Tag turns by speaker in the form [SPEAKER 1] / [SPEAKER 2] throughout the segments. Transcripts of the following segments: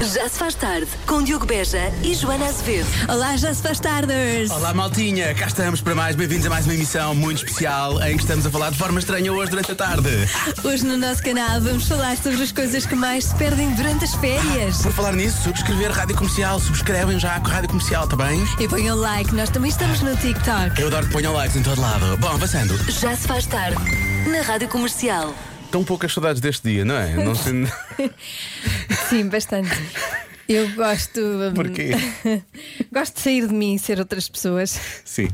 [SPEAKER 1] Já se faz tarde com Diogo Beja e Joana Azevedo.
[SPEAKER 2] Olá, já se faz tardes.
[SPEAKER 3] Olá, maltinha, cá estamos para mais. Bem-vindos a mais uma emissão muito especial em que estamos a falar de forma estranha hoje durante a tarde.
[SPEAKER 2] Hoje no nosso canal vamos falar sobre as coisas que mais se perdem durante as férias.
[SPEAKER 3] Por falar nisso, subscrever Rádio Comercial, subscrevem já a Rádio Comercial, tá bem?
[SPEAKER 2] E ponham like, nós também estamos no TikTok.
[SPEAKER 3] Eu adoro que ponham likes em todo lado. Bom, avançando.
[SPEAKER 1] Já se faz tarde na Rádio Comercial.
[SPEAKER 3] Tão poucas saudades deste dia, não é? Não sei.
[SPEAKER 2] Sim, bastante. Eu gosto. hum,
[SPEAKER 3] Porquê?
[SPEAKER 2] gosto de sair de mim e ser outras pessoas.
[SPEAKER 3] Sim.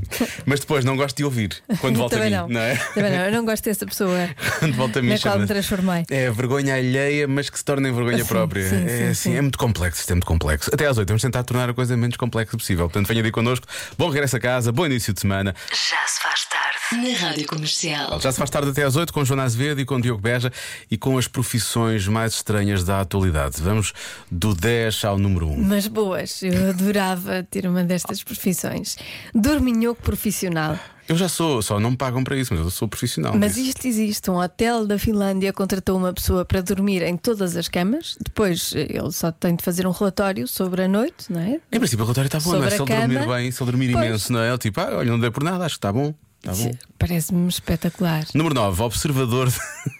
[SPEAKER 3] Mas depois não gosto de ouvir quando volta a
[SPEAKER 2] Também
[SPEAKER 3] mim,
[SPEAKER 2] não.
[SPEAKER 3] não é?
[SPEAKER 2] Também não. Eu não gosto dessa pessoa
[SPEAKER 3] Quando volta a mim,
[SPEAKER 2] na qual me
[SPEAKER 3] chama-
[SPEAKER 2] transformei.
[SPEAKER 3] É vergonha alheia, mas que se torna em vergonha
[SPEAKER 2] Sim,
[SPEAKER 3] própria.
[SPEAKER 2] sim,
[SPEAKER 3] é
[SPEAKER 2] sim,
[SPEAKER 3] assim,
[SPEAKER 2] sim.
[SPEAKER 3] é muito complexo, isto é muito complexo. Até às 8 vamos tentar tornar a coisa menos complexa possível. Portanto, venha aí connosco. Bom regresso a casa, bom início de semana.
[SPEAKER 1] Já se faz tarde na Rádio Comercial.
[SPEAKER 3] Já se faz tarde até às 8 com Joana Azevedo e com Diogo Beja e com as profissões mais estranhas da atualidade. Vamos do 10 ao número 1.
[SPEAKER 2] Mas boas, eu adorava ter uma destas profissões. Dorminhoco profissional.
[SPEAKER 3] Eu já sou, só não me pagam para isso, mas eu sou profissional.
[SPEAKER 2] Mas
[SPEAKER 3] nisso.
[SPEAKER 2] isto existe. Um hotel da Finlândia contratou uma pessoa para dormir em todas as camas. Depois eh, ele só tem de fazer um relatório sobre a noite, não é?
[SPEAKER 3] Em princípio, o relatório está bom,
[SPEAKER 2] Sobre
[SPEAKER 3] não é?
[SPEAKER 2] a
[SPEAKER 3] Se ele dormir
[SPEAKER 2] cama.
[SPEAKER 3] bem, se ele dormir
[SPEAKER 2] Pois.
[SPEAKER 3] imenso, não é? Ele tipo, ah, olha, não dei por nada, acho que está bom. Está Tá bom.
[SPEAKER 2] Parece-me espetacular.
[SPEAKER 3] Número 9, observador de...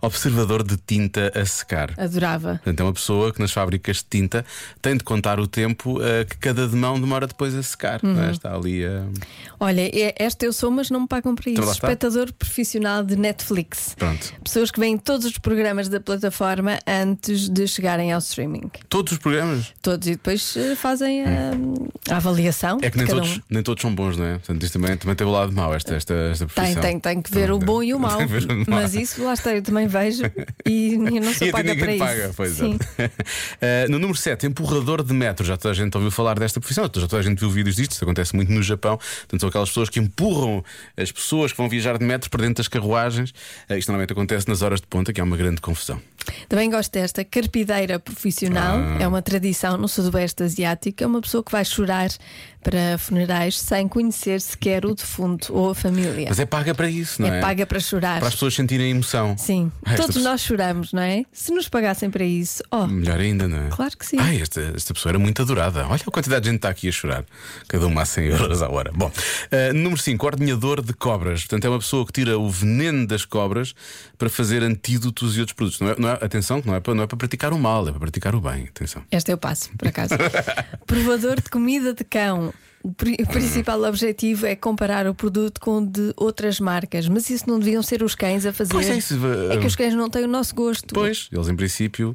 [SPEAKER 3] observador de tinta a secar.
[SPEAKER 2] Adorava.
[SPEAKER 3] Portanto, é uma pessoa que nas fábricas de tinta tem de contar o tempo eh, que cada demão demora depois a secar. não
[SPEAKER 2] Uhum.
[SPEAKER 3] é? Está ali a.
[SPEAKER 2] Olha, é- esta eu sou, mas não me pagam para isso.
[SPEAKER 3] Então lá está.
[SPEAKER 2] Espectador profissional de Netflix.
[SPEAKER 3] Pronto.
[SPEAKER 2] Pessoas que veem todos os programas da plataforma antes de chegarem ao streaming.
[SPEAKER 3] Todos os programas.
[SPEAKER 2] Todos e depois eh, fazem a, a avaliação.
[SPEAKER 3] Hum. É que nem
[SPEAKER 2] de cada
[SPEAKER 3] todos,
[SPEAKER 2] um.
[SPEAKER 3] nem todos são bons, não é? Portanto, isto também, também tem o lado mau, esta, esta, esta
[SPEAKER 2] Tem,
[SPEAKER 3] profissão.
[SPEAKER 2] tem, tem que ver o bom e o mau.
[SPEAKER 3] Tem que ver o mau.
[SPEAKER 2] Mas isso lá está, eu também vejo e eu não sou
[SPEAKER 3] E até
[SPEAKER 2] paga para
[SPEAKER 3] ninguém paga,
[SPEAKER 2] isso.
[SPEAKER 3] pois
[SPEAKER 2] Sim.
[SPEAKER 3] é. Eh, no número 7, empurrador de metro. Já toda a gente ouviu falar desta profissão, já toda a gente viu vídeos disto, isto acontece muito no Japão. Portanto, são aquelas pessoas que empurram as pessoas que vão viajar de metro para dentro das carruagens. Eh, isto normalmente acontece nas horas de ponta, que é uma grande confusão.
[SPEAKER 2] Também gosto desta carpideira profissional,
[SPEAKER 3] Ah.
[SPEAKER 2] é uma tradição no Sudoeste Asiático. É uma pessoa que vai chorar para funerais sem conhecer sequer o defunto ou a família.
[SPEAKER 3] Mas é paga para isso, não é?
[SPEAKER 2] É paga para chorar.
[SPEAKER 3] Para as pessoas sentirem emoção.
[SPEAKER 2] Sim,
[SPEAKER 3] Ah, esta
[SPEAKER 2] todos
[SPEAKER 3] pessoa-
[SPEAKER 2] nós choramos, não é? Se nos pagassem para isso, oh,
[SPEAKER 3] Melhor ainda, não é?
[SPEAKER 2] Claro que sim.
[SPEAKER 3] Ai, esta, esta pessoa era muito adorada. Olha a quantidade de gente que está aqui a chorar. Cada uma a 100 euros à hora. Bom, ah, número 5, ordenhador de cobras. Portanto, é uma pessoa que tira o veneno das cobras para fazer antídotos e outros produtos. Não é, não é- atenção, que não é, para, não é para praticar o mal, é para praticar o bem. Atenção.
[SPEAKER 2] Esta eu passo, por acaso. Provador de comida de cão. O pri- o principal objetivo é comparar o produto com o de outras marcas, mas isso não deviam ser os cães a fazer.
[SPEAKER 3] Pois é, isso, eh,
[SPEAKER 2] É que os cães não têm o nosso gosto.
[SPEAKER 3] Pois, eles em princípio.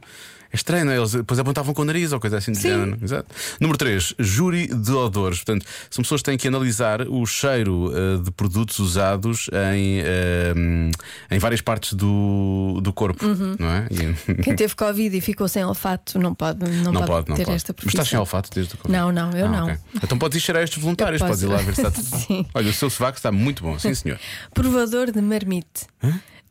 [SPEAKER 3] É estranho, não é? eles depois apontavam com o nariz ou coisa assim do
[SPEAKER 2] Sim.
[SPEAKER 3] género. Exato. Número 3, júri de odores. Portanto, são pessoas que têm que analisar o cheiro eh, de produtos usados em, eh, em várias partes do, do corpo,
[SPEAKER 2] Uhum.
[SPEAKER 3] não é? E-
[SPEAKER 2] Quem teve Covid e ficou sem olfato não pode, não
[SPEAKER 3] não
[SPEAKER 2] pode,
[SPEAKER 3] pode, não
[SPEAKER 2] ter
[SPEAKER 3] pode.
[SPEAKER 2] esta
[SPEAKER 3] Mas
[SPEAKER 2] profissão.
[SPEAKER 3] estás sem olfato desde o Covid?
[SPEAKER 2] Não, não, eu
[SPEAKER 3] Ah,
[SPEAKER 2] não.
[SPEAKER 3] ok. Então podes ir cheirar estes voluntários,
[SPEAKER 2] Eu
[SPEAKER 3] podes ir
[SPEAKER 2] posso.
[SPEAKER 3] lá ver se está
[SPEAKER 2] Sim.
[SPEAKER 3] Olha, o seu sovaco está muito bom, sim senhor.
[SPEAKER 2] Provador de marmite.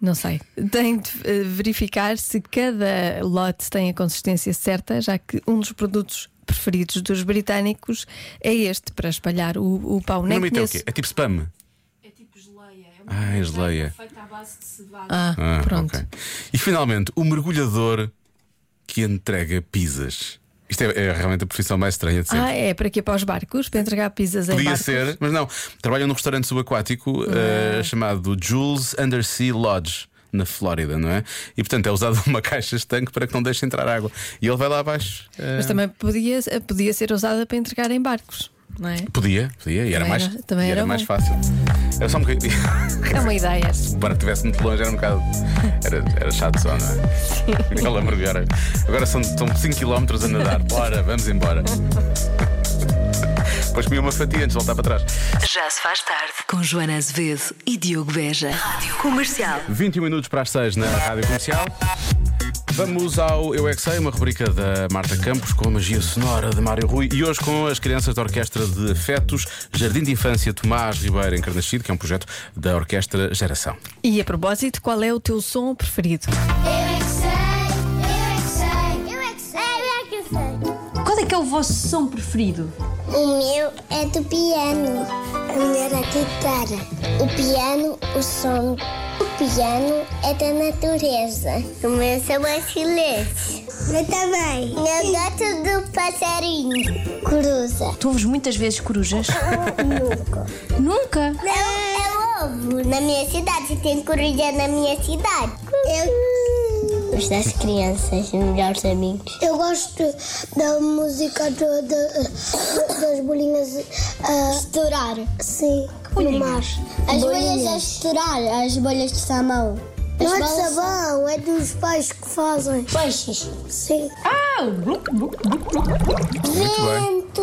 [SPEAKER 2] Não sei. Tem de eh, verificar se cada lote tem a consistência certa, já que um dos produtos preferidos dos britânicos é este para espalhar o, o pau. Nem
[SPEAKER 3] Marmita é o
[SPEAKER 2] conheço-
[SPEAKER 3] quê? É tipo spam?
[SPEAKER 4] É tipo geleia. É uma
[SPEAKER 3] Ah, é geleia.
[SPEAKER 4] feita à base de cevada.
[SPEAKER 2] Ah,
[SPEAKER 3] Ah,
[SPEAKER 2] pronto.
[SPEAKER 3] ok. E finalmente, o mergulhador que entrega pizzas. Isto é, é realmente a profissão mais estranha de sempre.
[SPEAKER 2] Ah, é para quê? Para os barcos? Para entregar pizzas em
[SPEAKER 3] Podia
[SPEAKER 2] barcos?
[SPEAKER 3] ser, mas não. Trabalha num restaurante subaquático eh, chamado Jules Undersea Lodge. Na Flórida, não é? E portanto é usado uma caixa estanque para que não deixe entrar água. E ele vai lá abaixo. eh,
[SPEAKER 2] Mas também podia, podia ser usada para entregar em barcos, não é?
[SPEAKER 3] Podia, podia, e era
[SPEAKER 2] Também
[SPEAKER 3] mais,
[SPEAKER 2] era- também
[SPEAKER 3] e era
[SPEAKER 2] era
[SPEAKER 3] mais
[SPEAKER 2] bom.
[SPEAKER 3] fácil. Era só um bocadinho.
[SPEAKER 2] É uma ideia.
[SPEAKER 3] Embora estivesse muito longe, era um bocado. Era, era chato só, não é? Sim. Eu lembro de agora. Agora são 5 km a nadar. Bora, vamos embora. Depois comi uma fatia antes de voltar para trás.
[SPEAKER 1] Já se faz tarde com Joana Azevedo e Diogo Beja. Rádio Comercial.
[SPEAKER 3] 21 minutos para as 6 na rádio comercial. Vamos ao Eu é que Sei, uma rubrica da Marta Campos com a magia sonora de Mário Rui e hoje com as crianças da Orquestra de Afetos, Jardim de Infância Tomás Ribeiro Encarnascido, que é um projeto da Orquestra Geração.
[SPEAKER 2] E a propósito, qual é o teu som preferido?
[SPEAKER 5] Eu é que sei, eu é que sei, eu é que sei, eu é que sei.
[SPEAKER 6] Qual é que é o vosso som preferido?
[SPEAKER 5] O meu é do piano, a minha da guitarra. O piano, o som. O piano é da natureza. O meu são as silêncio. Eu também. Eu gosto do passarinho. Cruza.
[SPEAKER 6] Tu ouves muitas vezes corujas?
[SPEAKER 5] Nunca.
[SPEAKER 6] Nunca!
[SPEAKER 5] Eu, eu ouvo é na minha cidade. Tem coruja na minha cidade. Eu gosto das crianças, melhores amigos. Eu gosto da música do, do- das bolinhas a estourar. Sim, no mar. As bolhas a estourar, as bolhas de sabão. Não é de sabão, é dos peixes que fazem. Peixes? Sim.
[SPEAKER 6] Ah,
[SPEAKER 5] Vento.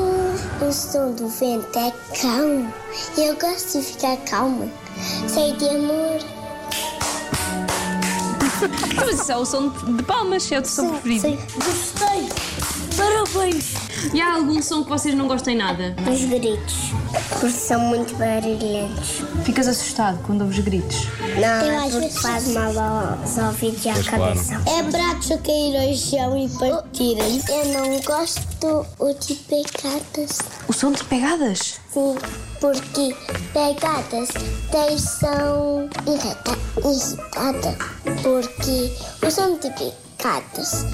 [SPEAKER 5] O som do vento é calmo. Eu gosto de ficar calma. Sei de amor.
[SPEAKER 6] Mas isso é o som de- de palmas, é o teu som preferido.
[SPEAKER 5] Gostei. Parabéns.
[SPEAKER 6] E há algum som que vocês não gostem nada?
[SPEAKER 5] Os gritos. Porque são muito barulhentos.
[SPEAKER 6] Ficas assustado quando ouves gritos.
[SPEAKER 5] Não, eu acho que Ah, faz mal aos ouvidos e à
[SPEAKER 3] Pois claro.
[SPEAKER 5] cabeça. É pratos a cair ao chão e partirem. Eu não gosto de pecadas.
[SPEAKER 6] O som de pegadas?
[SPEAKER 5] Sim, porque pegadas deixam irrita irritada. Porque o som de pecadas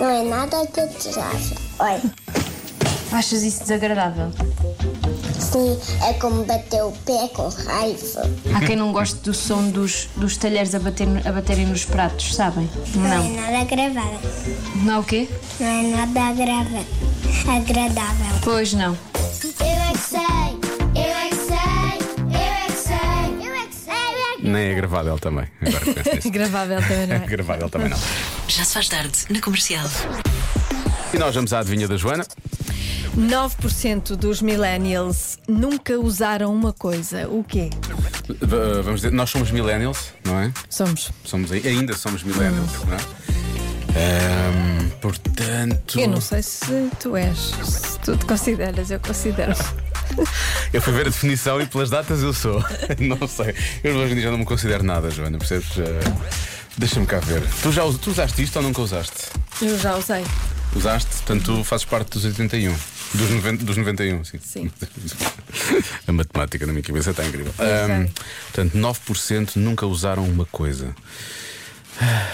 [SPEAKER 5] não é nada agradável. Olha,
[SPEAKER 6] Achas isso desagradável?
[SPEAKER 5] sim, é como bater o pé com raiva.
[SPEAKER 6] Há quem não goste do som dos, dos talheres a, bater, no- a baterem nos pratos, sabem? Não.
[SPEAKER 5] é nada agradável.
[SPEAKER 6] Não é o quê?
[SPEAKER 5] Não é nada agradável. Agradável.
[SPEAKER 6] Pois não.
[SPEAKER 5] Eu é que sei, eu é que sei, eu é que sei, eu é que sei.
[SPEAKER 3] Nem é gravável também. Agora que penso nisso.
[SPEAKER 2] Gravável também, não é?
[SPEAKER 3] gravável também não.
[SPEAKER 1] Já se faz tarde na comercial.
[SPEAKER 3] E nós vamos à adivinha da Joana.
[SPEAKER 2] 9% dos millennials nunca usaram uma coisa. O quê?
[SPEAKER 3] V- Vamos dizer, nós somos millennials, não é?
[SPEAKER 2] Somos.
[SPEAKER 3] Somos, ai- ainda somos millennials, não é? Ahm, portanto.
[SPEAKER 2] Eu não sei se tu és, se tu te consideras, eu considero.
[SPEAKER 3] Eu fui ver a definição e pelas datas eu sou. não sei. Eu hoje em dia já não me considero nada, Joana, percebes? Ah, Deixa-me cá ver. Tu já us- tu usaste isto ou nunca usaste?
[SPEAKER 2] Eu já usei.
[SPEAKER 3] Usaste, portanto tu fazes parte dos 81. Dos, noven- dos 91, sim.
[SPEAKER 2] Sim.
[SPEAKER 3] A matemática na minha cabeça está incrível.
[SPEAKER 2] Eu
[SPEAKER 3] Ahm,
[SPEAKER 2] sei.
[SPEAKER 3] portanto, 9% nunca usaram uma coisa. Ah,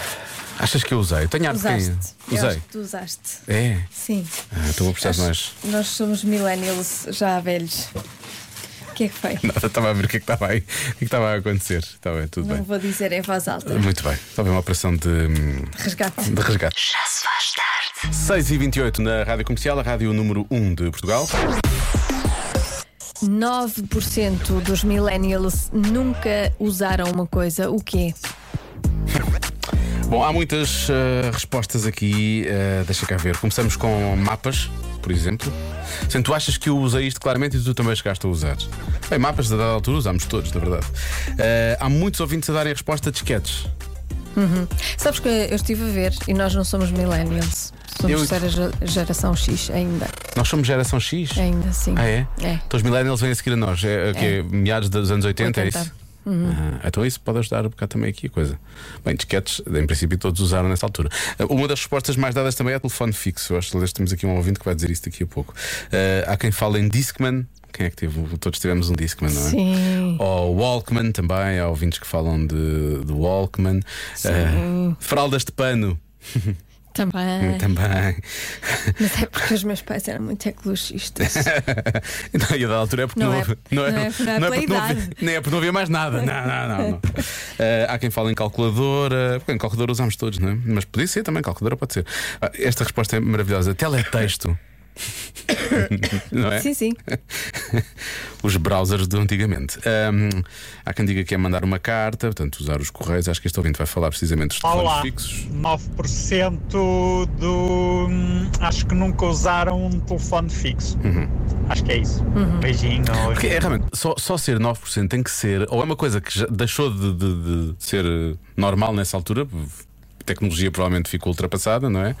[SPEAKER 3] Achas que eu usei? Tenho ar de quem? é?
[SPEAKER 2] Usaste. Eu acho
[SPEAKER 3] Usei.
[SPEAKER 2] que Tu usaste.
[SPEAKER 3] É.
[SPEAKER 2] Sim.
[SPEAKER 3] Ah, Estou a apostar mais.
[SPEAKER 2] Nós somos millennials já velhos. O que é que foi?
[SPEAKER 3] Nada, estava a ver o que é que estava aí. O que é que estava a acontecer? Está bem, tudo
[SPEAKER 2] Não
[SPEAKER 3] bem.
[SPEAKER 2] vou dizer em voz alta.
[SPEAKER 3] Muito bem. Está bem uma operação de, hum,
[SPEAKER 2] Resgate.
[SPEAKER 3] de resgate.
[SPEAKER 1] Já se faz tarde.
[SPEAKER 3] 6h28 na Rádio Comercial, a rádio número 1 de Portugal.
[SPEAKER 2] 9% dos millennials nunca usaram uma coisa. O quê?
[SPEAKER 3] Bom, há muitas eh, respostas aqui, eh, deixa cá ver. Começamos com mapas, por exemplo. Sendo tu achas que eu usei isto claramente e tu também chegaste a usar. Bem, mapas da dada altura usámos todos, na verdade. Eh, há muitos ouvintes a darem a resposta de sketches.
[SPEAKER 2] Sabes que eu estive a ver e nós não somos millennials. Somos
[SPEAKER 3] Eu-
[SPEAKER 2] terceira ge- geração X ainda.
[SPEAKER 3] Nós somos geração X.
[SPEAKER 2] Ainda assim.
[SPEAKER 3] Ah, é?
[SPEAKER 2] É.
[SPEAKER 3] Então os millennials vêm a seguir a nós. É, é, que é meados dos anos 80, é
[SPEAKER 2] 80.
[SPEAKER 3] isso?
[SPEAKER 2] Uhum.
[SPEAKER 3] Ah, então isso pode ajudar um bocado também aqui a coisa. Bem, disquetes, em princípio, todos usaram nessa altura. Ah, Uma das respostas mais dadas também é telefone fixo. Eu Acho que aliás, temos aqui um ouvinte que vai dizer isso daqui a pouco. Ah, há quem fale em Discman. Quem é que teve? Todos tivemos um Discman, não é?
[SPEAKER 2] Sim.
[SPEAKER 3] Ou Walkman também. Há ouvintes que falam de, de Walkman. Ah, fraldas de pano
[SPEAKER 2] Também.
[SPEAKER 3] também.
[SPEAKER 2] Mas é porque os meus pais eram muito ecologistas.
[SPEAKER 3] Não, e a dada altura é porque não,
[SPEAKER 2] Não é-
[SPEAKER 3] houve-
[SPEAKER 2] não é pela
[SPEAKER 3] porque não
[SPEAKER 2] idade.
[SPEAKER 3] havia, nem é porque não havia mais nada. Não, não, não. não. Eh, há quem fale em calculadora, porque em calculadora usámos todos, não é? Mas podia ser também, calculadora pode ser. Ah, Esta resposta é maravilhosa. Teletexto. não é?
[SPEAKER 2] Sim, sim.
[SPEAKER 3] Os browsers de antigamente. Ahm, há quem diga que é mandar uma carta, portanto, usar os correios. Acho que este ouvinte vai falar precisamente dos telefones
[SPEAKER 7] Olá.
[SPEAKER 3] fixos.
[SPEAKER 7] 9% do. hum, Acho que nunca usaram um telefone fixo. Acho que é isso. Beijinho.
[SPEAKER 3] Porque é realmente, só, só ser 9% tem que ser, ou é uma coisa que já deixou de, de- de ser eh, normal nessa altura, a tecnologia provavelmente ficou ultrapassada, não é?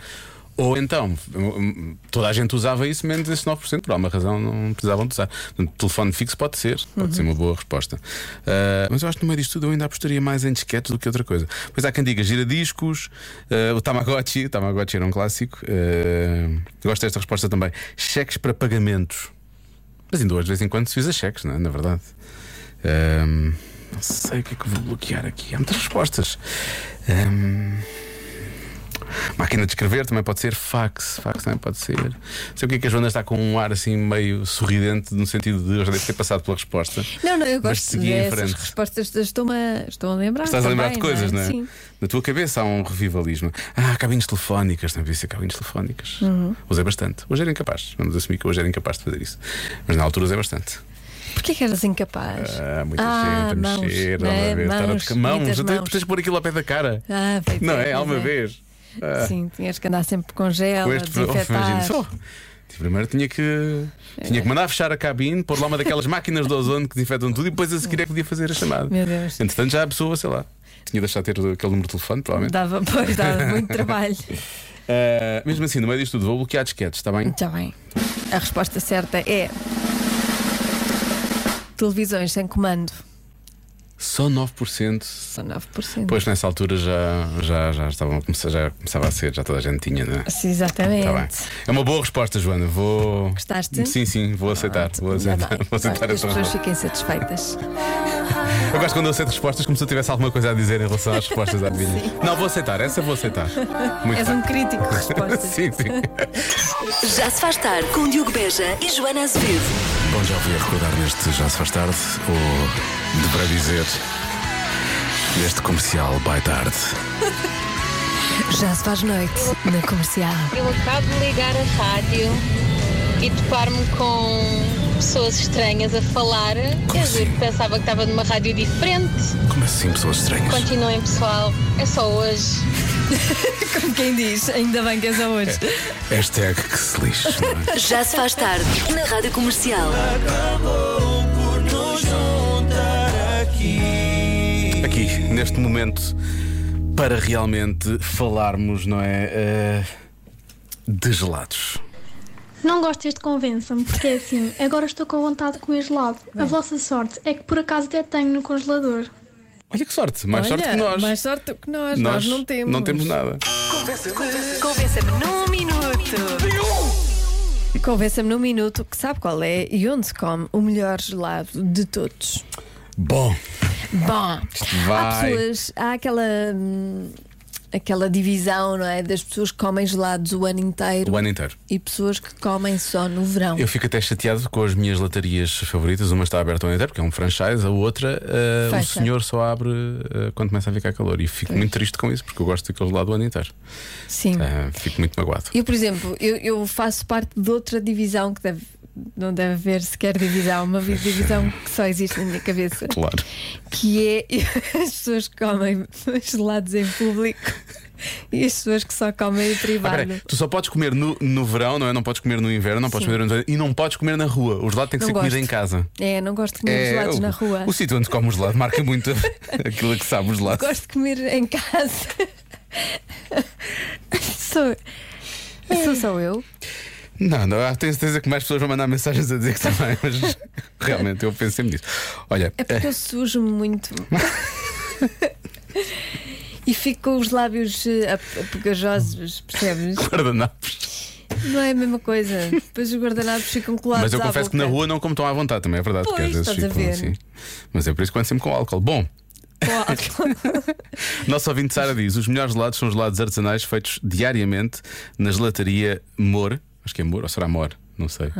[SPEAKER 3] Ou então, hum, toda a gente usava isso, menos esses 9%, por alguma razão não precisavam de usar. Portanto, telefone fixo pode ser, pode ser uma boa resposta. Ah, mas eu acho que no meio disto tudo eu ainda apostaria mais em disquetes do que outra coisa. Pois há quem diga giradiscos, ah, o Tamagotchi, o Tamagotchi era um clássico. ah, gosto desta resposta também. Cheques para pagamentos. Mas ainda hoje, de vez em quando, se usa cheques, não é? Na verdade. Ahm, Não sei o que é que vou bloquear aqui. Há muitas respostas. Hum, Máquina de escrever também pode ser fax, fax também pode ser. Não sei porque é que a Joana está com um ar assim meio sorridente, no sentido de eu já deve ter passado pela resposta.
[SPEAKER 2] Não, não, eu
[SPEAKER 3] Mas
[SPEAKER 2] gosto
[SPEAKER 3] segui em
[SPEAKER 2] dessas
[SPEAKER 3] frente.
[SPEAKER 2] respostas. Estou-me a, estou a lembrar.
[SPEAKER 3] Estás a lembrar de
[SPEAKER 2] também,
[SPEAKER 3] coisas, não é?
[SPEAKER 2] Sim.
[SPEAKER 3] Na tua cabeça há um revivalismo. Ah, cabines telefónicas, não devia ser cabines telefónicas. Usei bastante. Hoje era incapaz. Vamos assumir que hoje era incapaz de fazer isso. Mas na altura usei bastante.
[SPEAKER 2] Porquê que eras incapaz?
[SPEAKER 3] Ah, muita
[SPEAKER 2] Ah,
[SPEAKER 3] gente a
[SPEAKER 2] mãos,
[SPEAKER 3] mexer,
[SPEAKER 2] não é?
[SPEAKER 3] a ver, estar a
[SPEAKER 2] Mãos,
[SPEAKER 3] tocar tá mãos,
[SPEAKER 2] muitas
[SPEAKER 3] até
[SPEAKER 2] mãos.
[SPEAKER 3] tens de pôr aquilo ao pé da cara.
[SPEAKER 2] Ah, pois
[SPEAKER 3] não
[SPEAKER 2] é,
[SPEAKER 3] é? Há uma
[SPEAKER 2] pois é.
[SPEAKER 3] vez. Ah,
[SPEAKER 2] Sim, tinhas que andar sempre com gel,
[SPEAKER 3] com
[SPEAKER 2] a
[SPEAKER 3] este oh, imagina
[SPEAKER 2] desinfetar.
[SPEAKER 3] só. Primeiro tinha que tinha que mandar fechar a cabine, pôr lá uma daquelas máquinas do ozono que desinfetam tudo e depois a seguir é que podia fazer a chamada.
[SPEAKER 2] Meu Deus.
[SPEAKER 3] Entretanto, já a pessoa, sei lá, tinha deixado de ter aquele número de telefone, provavelmente.
[SPEAKER 2] Dava, pois, dava muito trabalho.
[SPEAKER 3] Ah, mesmo assim, no meio disto tudo, vou bloquear disquetes, está bem?
[SPEAKER 2] Muito bem. A resposta certa é. Televisões sem comando.
[SPEAKER 3] Só 9%.
[SPEAKER 2] Só 9%.
[SPEAKER 3] Pois nessa altura já, já, já, estavam a começar, já começava a ser, já toda a gente tinha, não é?
[SPEAKER 2] Sim,
[SPEAKER 3] Tá
[SPEAKER 2] exatamente.
[SPEAKER 3] bem. É uma boa resposta, Joana. Vou.
[SPEAKER 2] Gostaste?
[SPEAKER 3] Sim, sim, vou aceitar.
[SPEAKER 2] Pronto,
[SPEAKER 3] Vou
[SPEAKER 2] ainda
[SPEAKER 3] aceitar,
[SPEAKER 2] Tá bem.
[SPEAKER 3] vou então. aceitar
[SPEAKER 2] Olha, As
[SPEAKER 3] essa
[SPEAKER 2] pessoas
[SPEAKER 3] resposta.
[SPEAKER 2] fiquem satisfeitas.
[SPEAKER 3] Eu gosto quando eu aceito respostas como se eu tivesse alguma coisa a dizer em relação às respostas da adivinha. Não, vou aceitar, essa vou aceitar. Muito
[SPEAKER 2] És
[SPEAKER 3] bem.
[SPEAKER 2] um crítico de respostas.
[SPEAKER 3] Sim, sim.
[SPEAKER 1] Já se faz tarde com Diogo Beja e Joana Azevedo.
[SPEAKER 3] Bom, já ouvi a recordar neste Já Se Faz Tarde, ou deverá dizer, neste comercial by tarde.
[SPEAKER 2] Já se faz noite na comercial.
[SPEAKER 8] Eu acabo de ligar a rádio e topar-me com pessoas estranhas a falar.
[SPEAKER 3] Como
[SPEAKER 8] Eu juro
[SPEAKER 3] assim?
[SPEAKER 8] que pensava que estava numa rádio diferente.
[SPEAKER 3] Como assim, pessoas estranhas?
[SPEAKER 8] Continuem, pessoal. É só hoje.
[SPEAKER 2] Como quem diz, ainda bem que és a hoje.
[SPEAKER 3] É, Hashtag que se lixe. não é?
[SPEAKER 1] Já se faz tarde na Rádio Comercial.
[SPEAKER 3] aqui, neste momento, para realmente falarmos, não é? eh, de gelados.
[SPEAKER 9] Não gosto deste convença-me, porque é assim, agora estou com vontade de comer gelado. A vossa sorte é que por acaso até tenho no congelador.
[SPEAKER 3] Olha que sorte, mais
[SPEAKER 2] Olha,
[SPEAKER 3] sorte que nós.
[SPEAKER 2] Mais sorte que nós. Nós, não temos.
[SPEAKER 3] Não temos nada.
[SPEAKER 1] Convença-me num minuto.
[SPEAKER 2] Convença-me num minuto que sabe qual é e onde se come o melhor gelado de todos.
[SPEAKER 3] Bom,
[SPEAKER 2] Bom, há
[SPEAKER 3] vai.
[SPEAKER 2] pessoas, há aquela. hum, Aquela divisão, não é? Das pessoas que comem gelados o ano inteiro
[SPEAKER 3] o ano inteiro.
[SPEAKER 2] e pessoas que comem só no verão.
[SPEAKER 3] Eu fico até chateado com as minhas latarias favoritas. Uma está aberta o ano inteiro, porque é um franchise, a outra eh, o
[SPEAKER 2] Fecha.
[SPEAKER 3] senhor só abre eh, quando começa a ficar calor. E fico muito triste com isso, porque eu gosto daqueles lá do ano inteiro.
[SPEAKER 2] Sim.
[SPEAKER 3] Eh, fico muito magoado.
[SPEAKER 2] Eu, por exemplo, eu, eu faço parte de outra divisão que deve- não deve haver sequer divisão, uma vi- divisão que só existe na minha cabeça,
[SPEAKER 3] Claro.
[SPEAKER 2] que é as pessoas que comem gelados em público e as pessoas que só comem em
[SPEAKER 3] Ah,
[SPEAKER 2] privado.
[SPEAKER 3] peraí, tu só podes comer no, no verão, não é? Não podes comer no inverno, não podes
[SPEAKER 2] Sim.
[SPEAKER 3] comer no inverno, e não podes comer na rua. O gelado tem que
[SPEAKER 2] Não
[SPEAKER 3] ser comido
[SPEAKER 2] gosto.
[SPEAKER 3] em casa.
[SPEAKER 2] é, não gosto de comer gelados
[SPEAKER 3] o,
[SPEAKER 2] na rua.
[SPEAKER 3] O sítio onde se come o gelado marca muito aquilo que sabe o gelado.
[SPEAKER 2] Gosto de comer em casa. sou, sou só eu.
[SPEAKER 3] Não, não, eu tenho certeza que mais pessoas vão mandar mensagens a dizer que também, mas realmente eu pensei nisso. Olha,
[SPEAKER 2] É porque eu sujo-me muito. E fico com os lábios eh, ap- pegajosos, percebes?
[SPEAKER 3] é guardanapos.
[SPEAKER 2] Não é a mesma coisa. Depois os guardanapos ficam colados.
[SPEAKER 3] Mas eu
[SPEAKER 2] à
[SPEAKER 3] confesso que na
[SPEAKER 2] boca.
[SPEAKER 3] rua não como tão à vontade, também é verdade, porque às
[SPEAKER 2] tá Pois,
[SPEAKER 3] vezes
[SPEAKER 2] estás a
[SPEAKER 3] ficam
[SPEAKER 2] ver.
[SPEAKER 3] assim. Mas é por isso que ando sempre com álcool. Bom, nosso ouvinte Sara diz: os melhores gelados são os gelados artesanais feitos diariamente na gelataria Mor. Acho que é Mor, ou será Mor? Não sei.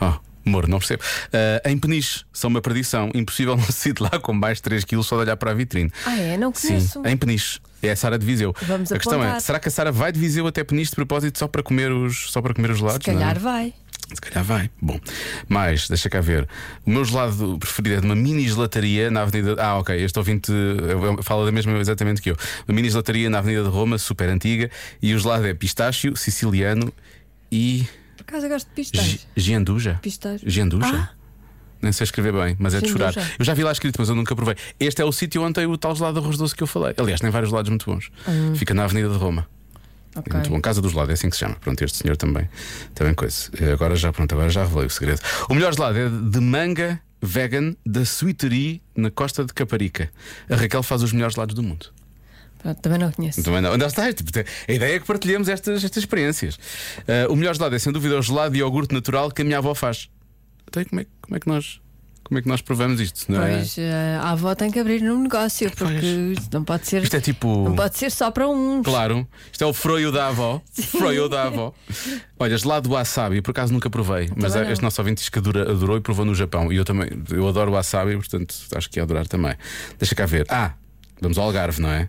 [SPEAKER 3] Ah. Mor, não percebo. Ah, em Peniche, são uma perdição. Impossível não sair de lá com mais de 3 quilos só de olhar para a vitrine.
[SPEAKER 2] Ah, é? Não
[SPEAKER 3] Sim,
[SPEAKER 2] conheço.
[SPEAKER 3] em Peniche. É a Sara de Viseu.
[SPEAKER 2] Vamos
[SPEAKER 3] a questão é,
[SPEAKER 2] apontar.
[SPEAKER 3] será que a Sara vai de Viseu até Peniche de propósito só para comer os, só para comer os gelados?
[SPEAKER 2] Se calhar
[SPEAKER 3] não? é?
[SPEAKER 2] vai.
[SPEAKER 3] Se calhar vai. Bom, mas deixa cá ver. O meu gelado preferido é de uma mini gelataria na Avenida. Ah, ok, este ouvinte eh, fala da mesma exatamente que eu. Uma mini gelataria na Avenida de Roma, super antiga, e o gelado é pistácio, siciliano e.
[SPEAKER 2] Por acaso eu gosto de
[SPEAKER 3] G-
[SPEAKER 2] pistache.
[SPEAKER 3] Genduja.
[SPEAKER 2] Pistache.
[SPEAKER 3] Genduja? Nem sei escrever bem, mas é de
[SPEAKER 2] Genduja.
[SPEAKER 3] chorar. Eu já vi lá escrito, mas eu nunca provei. Este é o sítio onde tem o tal gelado de arroz doce que eu falei. Aliás, tem vários lados muito bons. Fica na Avenida de Roma. É Muito bom. Casa do Gelado, é assim que se chama. Pronto, este senhor também. Também coisa. Eh, Agora já, pronto, agora já revelei o segredo. O melhor gelado é de manga vegan da Sweetery na costa de Caparica. A Raquel faz os melhores gelados do mundo.
[SPEAKER 2] Pronto, também não conheço.
[SPEAKER 3] Também não. Não está, tipo, a ideia é que partilhemos estas, estas experiências. Ah, Eh, o melhor gelado é, sem dúvida, o gelado de iogurte natural que a minha avó faz. Então, e como é, como é que nós. Como é que nós provamos isto? Não é?
[SPEAKER 2] Pois eh, a avó tem que abrir num negócio, porque isto não pode ser.
[SPEAKER 3] Isto é tipo-
[SPEAKER 2] Não pode ser só para uns.
[SPEAKER 3] Claro, isto é o froio da avó. Froio da avó. Olha, gelado wasabi, por acaso nunca provei, mas é,
[SPEAKER 2] também não.
[SPEAKER 3] este nosso ouvinte diz que adora- adorou e provou no Japão. E eu também, eu adoro wasabi, portanto acho que ia adorar também. Deixa cá ver. Ah, vamos ao Algarve, não é?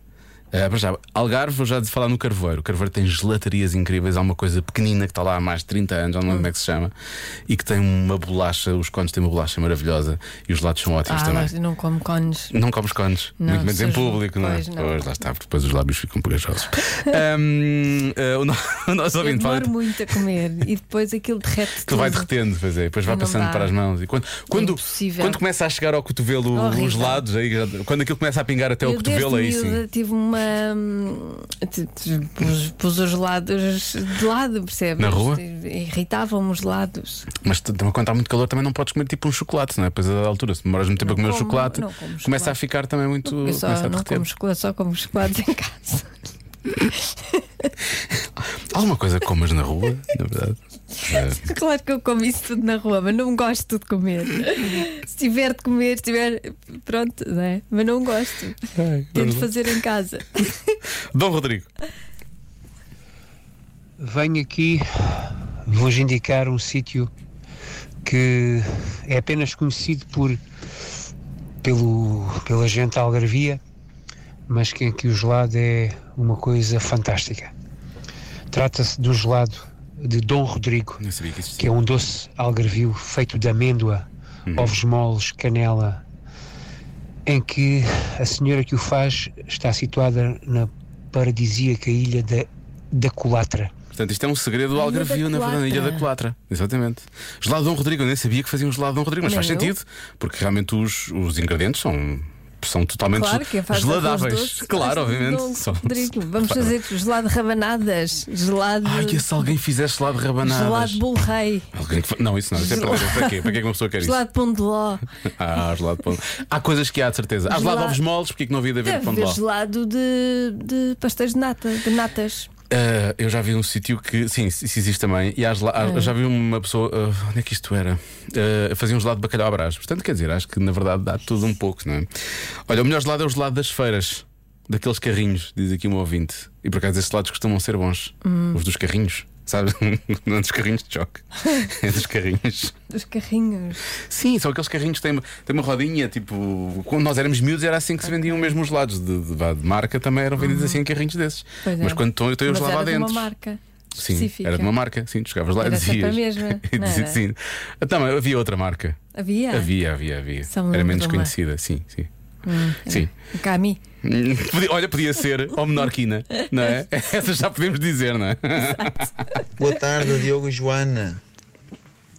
[SPEAKER 3] Ah, para já, Algarve, vou já de falar no Carvoeiro. O Carvoeiro tem gelatarias incríveis. Há uma coisa pequenina que está lá há mais de 30 anos, já não lembro como é que se chama, e que tem uma bolacha. Os cones têm uma bolacha maravilhosa e os gelados são ótimos
[SPEAKER 2] Ah,
[SPEAKER 3] também.
[SPEAKER 2] mas eu não como cones.
[SPEAKER 3] Não comes cones,
[SPEAKER 2] Não,
[SPEAKER 3] muito menos em
[SPEAKER 2] seja-
[SPEAKER 3] público, não é?
[SPEAKER 2] pois não.
[SPEAKER 3] Pois, lá está, porque depois os lábios ficam pegajosos. Hum, eh, o, no- o nosso
[SPEAKER 2] Eu
[SPEAKER 3] ouvinte fala
[SPEAKER 2] demoro muito a comer e depois aquilo derrete.
[SPEAKER 3] que vai
[SPEAKER 2] tudo.
[SPEAKER 3] derretendo, pois é, depois vai
[SPEAKER 2] Não
[SPEAKER 3] passando
[SPEAKER 2] dá.
[SPEAKER 3] para as mãos. E quando, quando,
[SPEAKER 2] impossível.
[SPEAKER 3] quando começa a chegar ao cotovelo
[SPEAKER 2] Horrível.
[SPEAKER 3] os lados, aí, já- quando aquilo começa a pingar até
[SPEAKER 2] Eu
[SPEAKER 3] o cotovelo, aí
[SPEAKER 2] desde miúda
[SPEAKER 3] sim.
[SPEAKER 2] tive uma. hum, t- t- Pus, pus os lados de lado, percebes?
[SPEAKER 3] Na rua?
[SPEAKER 2] Irritavam-me os lados.
[SPEAKER 3] Mas t- também quando está muito calor também não podes comer tipo um chocolate, não é? Depois da altura, se demoras muito tempo a comer
[SPEAKER 2] como-
[SPEAKER 3] chocolate,
[SPEAKER 2] não como
[SPEAKER 3] começa a
[SPEAKER 2] chocolate.
[SPEAKER 3] ficar também muito.
[SPEAKER 2] Eu só
[SPEAKER 3] começa a
[SPEAKER 2] não
[SPEAKER 3] derreter.
[SPEAKER 2] como chocolate, só como chocolates em casa.
[SPEAKER 3] Alguma coisa que comas na rua, na verdade. Eh,
[SPEAKER 2] Claro que eu como isso tudo na rua, mas não gosto de comer. se tiver de comer, se tiver. Pronto, não é? Mas não gosto.
[SPEAKER 3] ai, vamos
[SPEAKER 2] Tento
[SPEAKER 3] lá.
[SPEAKER 2] fazer em casa.
[SPEAKER 3] Dom Rodrigo.
[SPEAKER 10] Venho aqui vos indicar um sítio que é apenas conhecido por pelo, pela gente algarvia, mas que aqui o gelado é uma coisa fantástica. Trata-se do gelado de Dom Rodrigo,
[SPEAKER 3] Não sabia que isso
[SPEAKER 10] que é um doce algarvio feito de amêndoa, ovos moles, canela, em que a senhora que o faz está situada na paradisíaca ilha da, da Culatra.
[SPEAKER 3] Portanto, isto é um segredo do
[SPEAKER 2] Ilha
[SPEAKER 3] Algarvio,
[SPEAKER 2] da
[SPEAKER 3] na verdade, na Ilha
[SPEAKER 2] Culatra.
[SPEAKER 3] da Culatra. Exatamente. Gelado Dom Rodrigo, eu nem sabia que faziam gelado Dom Rodrigo, mas
[SPEAKER 2] Nem
[SPEAKER 3] faz
[SPEAKER 2] eu.
[SPEAKER 3] sentido, porque realmente os, os ingredientes são, são totalmente
[SPEAKER 2] Claro, quem faz arroz
[SPEAKER 3] geladáveis.
[SPEAKER 2] doce,
[SPEAKER 3] claro,
[SPEAKER 2] faz
[SPEAKER 3] obviamente.
[SPEAKER 2] Dom
[SPEAKER 3] São-
[SPEAKER 2] Rodrigo.
[SPEAKER 3] são-
[SPEAKER 2] Vamos fazer gelado de rabanadas, gelado,
[SPEAKER 3] Ai, que se alguém fizesse gelado de
[SPEAKER 2] gelado
[SPEAKER 3] rabanadas. É
[SPEAKER 2] de bolo rei,
[SPEAKER 3] Alguém que fa- Não, isso não, isso é para, para quê? Para quê que uma pessoa quer isso?
[SPEAKER 2] gelado de pão de ló,
[SPEAKER 3] Ah, gelado de pão. Há coisas que há de certeza. Há gelado de
[SPEAKER 2] Gelado-
[SPEAKER 3] ovos moles, porque é que não havia de haver de
[SPEAKER 2] deve
[SPEAKER 3] pão de
[SPEAKER 2] haver
[SPEAKER 3] ló?
[SPEAKER 2] gelado de, de pastéis de nata, de natas.
[SPEAKER 3] Ah, eu já vi um sítio que. Sim, isso existe também. E há gela- há-
[SPEAKER 2] É.
[SPEAKER 3] já vi uma pessoa. ah, onde é que isto era? Ah, fazia um gelado de bacalhau à brás. Portanto, quer dizer, acho que na verdade dá tudo um pouco, não é? Olha, o melhor gelado é o gelado das feiras. Daqueles carrinhos, diz aqui um ouvinte. E por acaso esses lados costumam ser bons.
[SPEAKER 2] Hum.
[SPEAKER 3] Os dos carrinhos, sabes? Não dos carrinhos de choque. É dos carrinhos.
[SPEAKER 2] Dos carrinhos.
[SPEAKER 3] Sim, são aqueles carrinhos que têm, têm uma rodinha, tipo, quando nós éramos miúdos era assim que se vendiam mesmo os lados de, de- vá, de marca, também eram vendidos assim em carrinhos desses.
[SPEAKER 2] Uhum. Pois é.
[SPEAKER 3] Mas quando estão, eu tenho os
[SPEAKER 2] Mas
[SPEAKER 3] lá
[SPEAKER 2] era de
[SPEAKER 3] dentro.
[SPEAKER 2] uma marca.
[SPEAKER 3] Sim,
[SPEAKER 2] específica.
[SPEAKER 3] era de uma marca, sim, tu chegavas lá
[SPEAKER 2] Era
[SPEAKER 3] e
[SPEAKER 2] sempre
[SPEAKER 3] dizias.
[SPEAKER 2] a mesma, não
[SPEAKER 3] Dizia-
[SPEAKER 2] era? É.
[SPEAKER 3] sim. Também havia outra marca.
[SPEAKER 2] Havia?
[SPEAKER 3] Havia, havia, havia.
[SPEAKER 2] Só me
[SPEAKER 3] Era
[SPEAKER 2] lembro
[SPEAKER 3] menos
[SPEAKER 2] de uma.
[SPEAKER 3] conhecida, sim, sim. Sim.
[SPEAKER 2] Um Cami.
[SPEAKER 3] Podia- Olha, podia ser ou menorquina, não é? Essa já podemos dizer, não é?
[SPEAKER 11] Boa tarde, Diogo e Joana.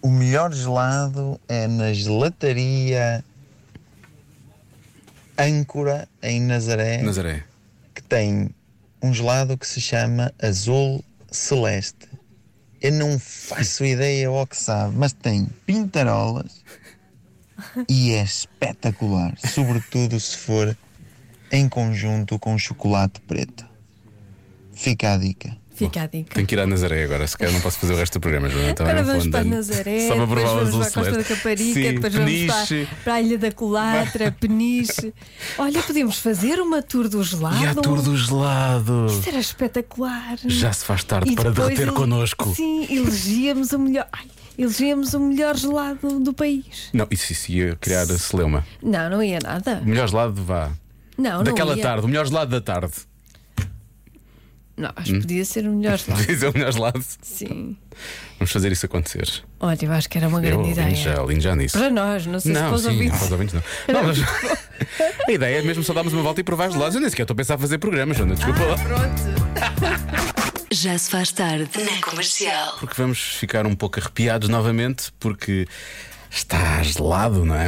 [SPEAKER 11] O melhor gelado é na gelataria Âncora, em
[SPEAKER 2] É.
[SPEAKER 11] Nazaré,
[SPEAKER 3] Nazaré.
[SPEAKER 11] que tem um gelado que se chama Azul Celeste. Eu não faço ideia ao que sabe, mas tem pintarolas e é espetacular, sobretudo se for em conjunto com chocolate preto. Fica a dica.
[SPEAKER 2] Fica a dica.
[SPEAKER 3] Tenho que ir à Nazaré agora, se calhar não posso fazer o resto do programa, Joana. Então
[SPEAKER 2] Agora
[SPEAKER 3] eu vou
[SPEAKER 2] vamos para
[SPEAKER 3] andando.
[SPEAKER 2] Nazaré,
[SPEAKER 3] Só para
[SPEAKER 2] depois
[SPEAKER 3] provar o
[SPEAKER 2] vamos
[SPEAKER 3] azul
[SPEAKER 2] para a Costa da
[SPEAKER 3] celeste.
[SPEAKER 2] Caparica,
[SPEAKER 3] Sim,
[SPEAKER 2] depois vamos
[SPEAKER 3] Peniche.
[SPEAKER 2] para, para a Ilha da Colatra, Peniche. Olha, podemos fazer uma tour do gelado.
[SPEAKER 3] E a tour do gelado.
[SPEAKER 2] Será espetacular.
[SPEAKER 3] Hum. Já se faz tarde
[SPEAKER 2] é E
[SPEAKER 3] para
[SPEAKER 2] depois
[SPEAKER 3] derreter
[SPEAKER 2] ele-
[SPEAKER 3] connosco.
[SPEAKER 2] Sim, elegíamos o melhor. Ai, elegíamos o melhor gelado do país.
[SPEAKER 3] Não, isso, isso ia criar a celeuma.
[SPEAKER 2] Não, não ia nada.
[SPEAKER 3] O melhor gelado vá.
[SPEAKER 2] Não,
[SPEAKER 3] Daquela
[SPEAKER 2] não ia.
[SPEAKER 3] tarde, o melhor gelado da tarde.
[SPEAKER 2] Não, acho
[SPEAKER 3] Hum.
[SPEAKER 2] que podia ser o melhor gelado.
[SPEAKER 3] Diz o melhor gelado.
[SPEAKER 2] Sim.
[SPEAKER 3] Vamos fazer isso acontecer.
[SPEAKER 2] Olha, eu acho que era uma
[SPEAKER 3] Eu
[SPEAKER 2] grande
[SPEAKER 3] alinho
[SPEAKER 2] ideia.
[SPEAKER 3] já, alinho já nisso.
[SPEAKER 2] Para nós, não sei se
[SPEAKER 3] Não,
[SPEAKER 2] para os
[SPEAKER 3] sim,
[SPEAKER 2] ouvintes.
[SPEAKER 3] para os ouvintes não. Não, mas- a ideia é mesmo só darmos uma volta e provar os lados. Eu nem sequer estou a pensar a fazer programas, Joana. Desculpa lá.
[SPEAKER 2] Ah.
[SPEAKER 1] Já se faz tarde na comercial.
[SPEAKER 3] Porque vamos ficar um pouco arrepiados novamente, porque está gelado, não é?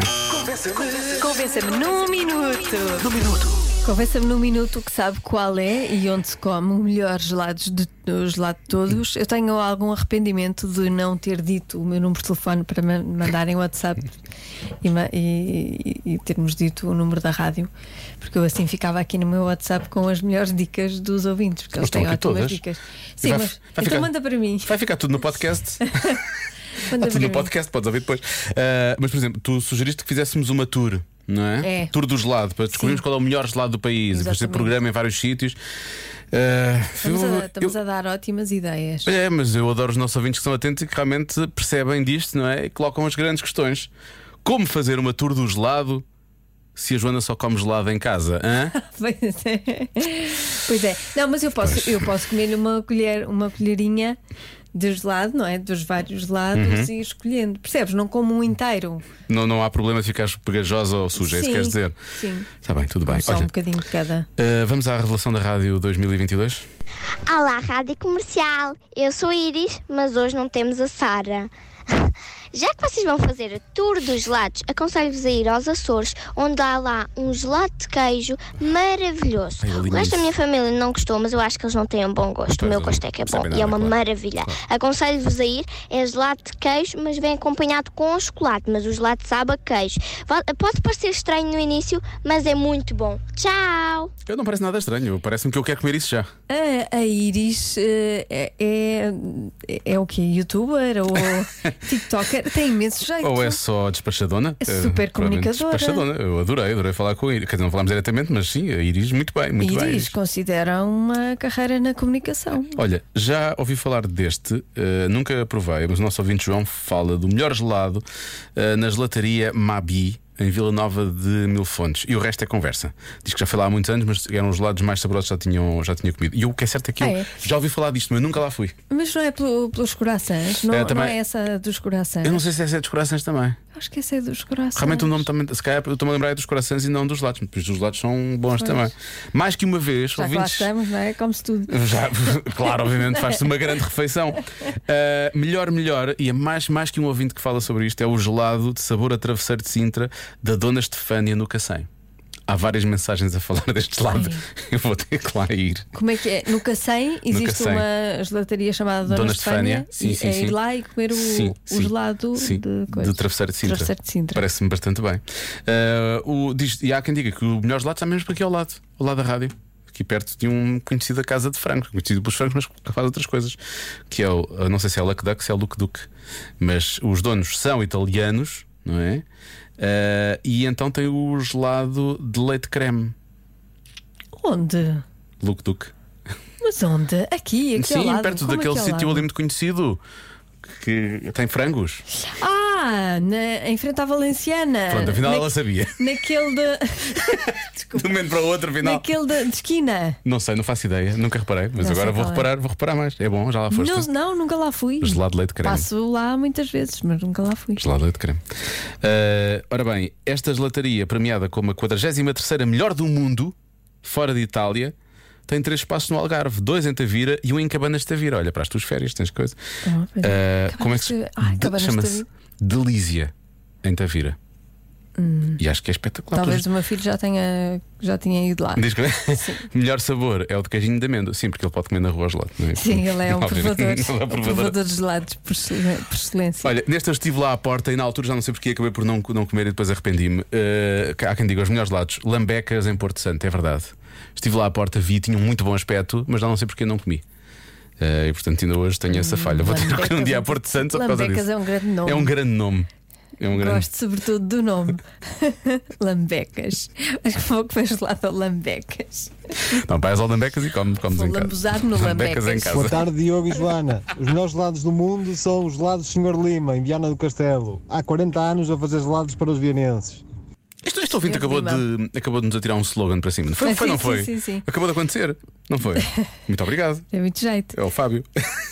[SPEAKER 2] Convença-me num minuto. Num minuto. Convença-me num minuto que sabe qual é e onde se come o melhor gelados de, o gelado de todos. Eu tenho algum arrependimento de não ter dito o meu número de telefone para me mandarem WhatsApp e, ma- e- e- e termos dito o número da rádio, porque eu assim ficava aqui no meu WhatsApp com as melhores dicas dos ouvintes, porque
[SPEAKER 3] Mas
[SPEAKER 2] eles
[SPEAKER 3] estão
[SPEAKER 2] têm
[SPEAKER 3] aqui
[SPEAKER 2] ótimas
[SPEAKER 3] todas.
[SPEAKER 2] dicas.
[SPEAKER 3] E
[SPEAKER 2] Sim,
[SPEAKER 3] vai-
[SPEAKER 2] mas
[SPEAKER 3] vai
[SPEAKER 2] então
[SPEAKER 3] ficar-
[SPEAKER 2] manda para mim.
[SPEAKER 3] Vai ficar tudo no podcast.
[SPEAKER 2] Manda
[SPEAKER 3] tu no
[SPEAKER 2] para mim.
[SPEAKER 3] podcast podes ouvir depois. Ah, mas, por exemplo, tu sugeriste que fizéssemos uma tour. Não é?
[SPEAKER 2] É.
[SPEAKER 3] Tour do gelado, para descobrirmos qual é o melhor gelado do país e depois ter
[SPEAKER 2] Exatamente.
[SPEAKER 3] programa em vários sítios. Ah,
[SPEAKER 2] Estamos,
[SPEAKER 3] eu-
[SPEAKER 2] a, estamos a dar ótimas ideias.
[SPEAKER 3] É, mas eu adoro os nossos ouvintes que são atentos e que realmente percebem disto, não é? E colocam as grandes questões. Como fazer uma tour do gelado se a Joana só come gelado em casa? hã?
[SPEAKER 2] Pois é. Pois é. Não, mas eu posso, eu posso comer uma, colher, uma colherinha de gelado, não é? Dos vários lados
[SPEAKER 3] Uhum.
[SPEAKER 2] e ir escolhendo. Percebes? Não como um inteiro.
[SPEAKER 3] Não, não há problema de ficares pegajosa ou suja, é isso que
[SPEAKER 2] Sim,
[SPEAKER 3] queres dizer?
[SPEAKER 2] Sim.
[SPEAKER 3] Está bem, tudo bem.
[SPEAKER 2] Só um
[SPEAKER 3] Olha,
[SPEAKER 2] bocadinho de cada.
[SPEAKER 3] eh, vamos à revelação da Rádio 2022?
[SPEAKER 12] Olá, Rádio Comercial. Eu sou Iris, mas hoje não temos a Sara. Já que vocês vão fazer a tour dos gelados, aconselho-vos a ir aos Açores, onde há lá um gelado de queijo maravilhoso.
[SPEAKER 13] Ai, é
[SPEAKER 12] o resto
[SPEAKER 13] lindo.
[SPEAKER 12] da minha família não gostou, mas eu acho que eles não têm um bom gosto. O meu gosto é que é bom
[SPEAKER 13] percebem
[SPEAKER 12] e é
[SPEAKER 13] nada,
[SPEAKER 12] uma
[SPEAKER 13] claro.
[SPEAKER 12] maravilha. Aconselho-vos a ir, é gelado de queijo, mas vem acompanhado com chocolate, mas o gelado sabe a queijo. Va- Pode parecer estranho no início, mas é muito bom. Tchau!
[SPEAKER 3] Eu não parece nada estranho, parece-me que eu quero comer isso já.
[SPEAKER 2] A, a Iris eh, é, é, é o quê? Youtuber ou TikToker? Tem imenso jeito.
[SPEAKER 3] Ou é só despachadona?
[SPEAKER 2] É
[SPEAKER 3] Eh,
[SPEAKER 2] super
[SPEAKER 3] provavelmente
[SPEAKER 2] comunicadora.
[SPEAKER 3] Despachadona, eu adorei, adorei falar com a Iris. Quer dizer, não falámos diretamente, mas sim, a Iris, muito bem, muito bem.
[SPEAKER 2] Iris considera uma carreira na comunicação.
[SPEAKER 3] Olha, já ouvi falar deste, eh, nunca provei, mas o nosso ouvinte João fala do melhor gelado eh, na gelataria Mabi, em Vila Nova de Mil Fontes. E o resto é conversa. Diz que já foi lá há muitos anos, mas eram os gelados mais saborosos que já tinham, já tinha comido. E o que é certo é que
[SPEAKER 2] Ah,
[SPEAKER 3] eu
[SPEAKER 2] é?
[SPEAKER 3] já ouvi falar disto, mas nunca lá fui.
[SPEAKER 2] Mas não é pelo- pelos corações? Não não
[SPEAKER 3] É,
[SPEAKER 2] é,
[SPEAKER 3] também-
[SPEAKER 2] essa dos corações?
[SPEAKER 3] Eu não sei se essa é dos corações também.
[SPEAKER 2] Acho que essa é dos corações.
[SPEAKER 3] Realmente o nome tá também, se calhar eu estou-me a lembrar é dos corações e não dos lados, porque os lados são bons
[SPEAKER 2] Pois.
[SPEAKER 3] também. Mais que uma vez,
[SPEAKER 2] Já que lá
[SPEAKER 3] ouvintes.
[SPEAKER 2] estamos, não é? Como se tudo.
[SPEAKER 3] Já, claro, obviamente faz-se uma grande refeição. Uh, melhor, melhor, e é mais, mais que um ouvinte que fala sobre isto, é o gelado de sabor a travesseiro de Sintra da Dona Estefânia no Cacém. Há várias mensagens a falar deste gelado. Eu vou ter que lá ir.
[SPEAKER 2] Como é que é? No Cacém existe
[SPEAKER 3] Cacém.
[SPEAKER 2] uma gelataria chamada Dona,
[SPEAKER 3] Dona Estefânia.
[SPEAKER 2] Estefânia.
[SPEAKER 3] Sim,
[SPEAKER 2] e
[SPEAKER 3] sim,
[SPEAKER 2] é
[SPEAKER 3] sim.
[SPEAKER 2] ir lá e comer o,
[SPEAKER 3] Sim,
[SPEAKER 2] o
[SPEAKER 3] sim,
[SPEAKER 2] gelado
[SPEAKER 3] Sim,
[SPEAKER 2] de coisa.
[SPEAKER 3] travesseiro de Sintra.
[SPEAKER 2] Travesseiro de Sintra.
[SPEAKER 3] Parece-me bastante bem. Uh, o, diz, e há quem diga que o melhor gelado está mesmo aqui ao lado, ao lado da rádio. Aqui perto de um conhecido casa de frangos, conhecido pelos frangos, mas que faz outras coisas. Que é o, eu não sei se é o Luck Duck, se é o Luke Duck. Mas os donos são italianos, não é? Uh, e então tem o gelado de leite creme,
[SPEAKER 2] Onde?
[SPEAKER 3] Luke Duck.
[SPEAKER 2] Mas onde? Aqui, aqui ao
[SPEAKER 3] Sim,
[SPEAKER 2] lado.
[SPEAKER 3] perto
[SPEAKER 2] Como
[SPEAKER 3] daquele
[SPEAKER 2] aqui ao
[SPEAKER 3] sítio
[SPEAKER 2] lado?
[SPEAKER 3] ali muito conhecido que tem frangos.
[SPEAKER 2] Ah, na, em frente à Valenciana.
[SPEAKER 3] Pronto, afinal
[SPEAKER 2] Na-
[SPEAKER 3] ela sabia.
[SPEAKER 2] Naquele de,
[SPEAKER 3] De um momento para o outro, afinal.
[SPEAKER 2] naquele de, de esquina.
[SPEAKER 3] Não sei, não faço ideia, nunca reparei, mas
[SPEAKER 2] Não
[SPEAKER 3] agora
[SPEAKER 2] sei
[SPEAKER 3] vou
[SPEAKER 2] qual é.
[SPEAKER 3] reparar, vou reparar mais. É bom, já lá foste.
[SPEAKER 2] Não, não, nunca lá fui.
[SPEAKER 3] Gelado de leite de creme.
[SPEAKER 2] Passo lá muitas vezes, mas nunca lá fui.
[SPEAKER 3] Gelado de leite de creme. Ah, ora bem, esta gelataria, premiada como a 43 melhor do mundo, fora de Itália, tem três espaços no Algarve, dois em Tavira e um em Cabanas de Tavira. Olha, para as tuas férias tens coisa.
[SPEAKER 2] Ah, pois é.
[SPEAKER 3] Ah, como é que se
[SPEAKER 2] Cabanas de- Ai,
[SPEAKER 3] de-
[SPEAKER 2] Cabanas de
[SPEAKER 3] chama-se? Delícia em Tavira.
[SPEAKER 2] Hum.
[SPEAKER 3] E acho que é espetacular.
[SPEAKER 2] Talvez
[SPEAKER 3] Pelos-
[SPEAKER 2] o meu filho já tenha, já tinha ido lá.
[SPEAKER 3] Diz que melhor sabor é o de queijinho de amêndoa. Sim, porque ele pode comer na rua gelado. não é?
[SPEAKER 2] Sim, ele é um
[SPEAKER 3] Obviamente,
[SPEAKER 2] provador,
[SPEAKER 3] ele é um
[SPEAKER 2] um provador de gelados por excel- por excelência.
[SPEAKER 3] Olha, neste eu estive lá à porta e na altura já não sei porque acabei por não, não comer e depois arrependi-me. Eh, há quem diga os melhores lados, lambecas em Porto Santo, é verdade. Estive lá à porta, vi, tinha um muito bom aspecto, mas já não sei porque não comi. Eh, e portanto ainda hoje tenho essa falha. Vou ter que ir um dia a Porto Santo só por causa
[SPEAKER 2] Lambecas
[SPEAKER 3] disso.
[SPEAKER 2] é um grande nome.
[SPEAKER 3] É um grande nome. É um grande.
[SPEAKER 2] Gosto sobretudo do nome. Lambecas. Acho que vou comer gelado ao Lambecas.
[SPEAKER 3] Não, vais ao lambecas e come- comes
[SPEAKER 2] Vou
[SPEAKER 3] em casa.
[SPEAKER 2] lambuzar no
[SPEAKER 3] Lambecas em
[SPEAKER 2] Lambecas.
[SPEAKER 3] casa.
[SPEAKER 14] Boa tarde, Diogo e Joana. Os melhores gelados do mundo são os gelados Senhor Lima, em Viana do Castelo. Há 40 anos a fazer gelados para os vianenses.
[SPEAKER 3] Este, este ouvinte
[SPEAKER 14] Eu
[SPEAKER 3] acabou
[SPEAKER 14] lima.
[SPEAKER 3] de, acabou de nos atirar um slogan para cima. Não Foi,
[SPEAKER 2] Ah,
[SPEAKER 3] foi
[SPEAKER 2] sim,
[SPEAKER 3] não
[SPEAKER 2] sim,
[SPEAKER 3] foi?
[SPEAKER 2] sim, sim.
[SPEAKER 3] Acabou de acontecer. Não foi? Muito obrigado.
[SPEAKER 2] É muito jeito.
[SPEAKER 3] É o Fábio.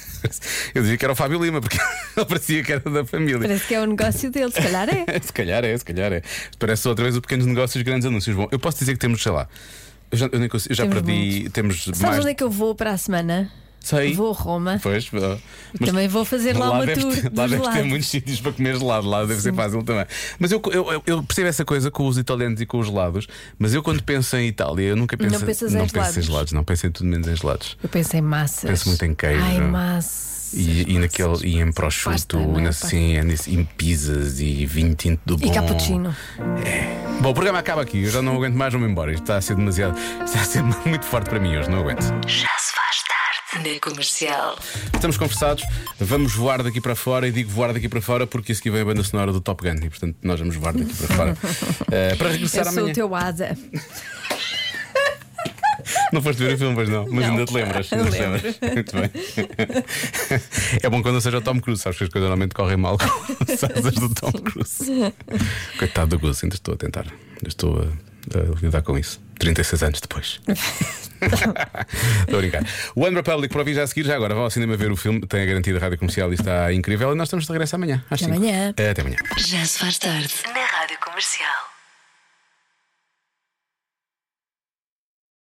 [SPEAKER 3] Eu dizia que era o Fábio Lima, porque ele parecia que era da família.
[SPEAKER 2] Parece que é o negócio dele, se calhar é.
[SPEAKER 3] Se calhar é, se calhar é. Parece outra vez o pequenos negócios, grandes anúncios. Bom, eu posso dizer que temos, sei lá, eu já, eu nem consigo- eu já
[SPEAKER 2] Temos
[SPEAKER 3] perdi, temos
[SPEAKER 2] Sabes
[SPEAKER 3] mais.
[SPEAKER 2] onde é que eu vou para a semana?
[SPEAKER 3] Sei.
[SPEAKER 2] Vou a Roma.
[SPEAKER 3] Pois, ah,
[SPEAKER 2] E
[SPEAKER 3] mas
[SPEAKER 2] Também vou fazer lá, uma
[SPEAKER 3] deve
[SPEAKER 2] tour.
[SPEAKER 3] ter, lá
[SPEAKER 2] dos
[SPEAKER 3] deve ter
[SPEAKER 2] lados.
[SPEAKER 3] muitos sítios para comer gelado, lá deve ser fácil também. Mas eu, eu, eu- eu percebo essa coisa com os italianos e com os gelados, mas eu quando penso em Itália, eu nunca
[SPEAKER 2] Não
[SPEAKER 3] penso,
[SPEAKER 2] pensas
[SPEAKER 3] não
[SPEAKER 2] em
[SPEAKER 3] penso em
[SPEAKER 2] gelados.
[SPEAKER 3] gelados, não penso em tudo menos em gelados.
[SPEAKER 2] Eu penso em massas.
[SPEAKER 3] Penso muito em queijo.
[SPEAKER 2] Ai, massa.
[SPEAKER 3] E, e naquele e em prosciutto,
[SPEAKER 2] Pasta, não é?
[SPEAKER 3] na-
[SPEAKER 2] Pasta.
[SPEAKER 3] sim, é nesse- em pizzas e vinho tinto do bom.
[SPEAKER 2] E cappuccino.
[SPEAKER 3] Bom, o programa acaba aqui. Eu já não aguento mais, vou-me embora. Isto está a ser demasiado. Está a ser muito forte para mim hoje, não aguento.
[SPEAKER 1] Já se faz tarde. na comercial.
[SPEAKER 3] Estamos conversados, vamos voar daqui para fora e digo voar daqui para fora porque isso aqui vem a banda sonora do Top Gun e portanto nós vamos voar daqui para fora. Eh, para regressar
[SPEAKER 2] Eu sou
[SPEAKER 3] amanhã.
[SPEAKER 2] o teu asa.
[SPEAKER 3] Não foste ver o filme, pois não, mas
[SPEAKER 2] Não.
[SPEAKER 3] ainda te lembras. Ainda te
[SPEAKER 2] Lembro.
[SPEAKER 3] lembras. Muito bem. É bom quando não seja o Tom Cruise, sabes que as coisas normalmente correm mal com as asas do Tom Cruise. Coitado do Gus, ainda estou a tentar, ainda estou a, a lidar com isso. 36 anos depois. Estou a brincar. O One Republic para ouvir já a seguir, já agora vá ao cinema ver o filme, tem a garantia da rádio comercial e está incrível. E nós estamos de regresso amanhã. Às
[SPEAKER 1] Até
[SPEAKER 3] cinco.
[SPEAKER 1] amanhã.
[SPEAKER 3] Até amanhã.
[SPEAKER 1] Já se faz tarde na Rádio Comercial.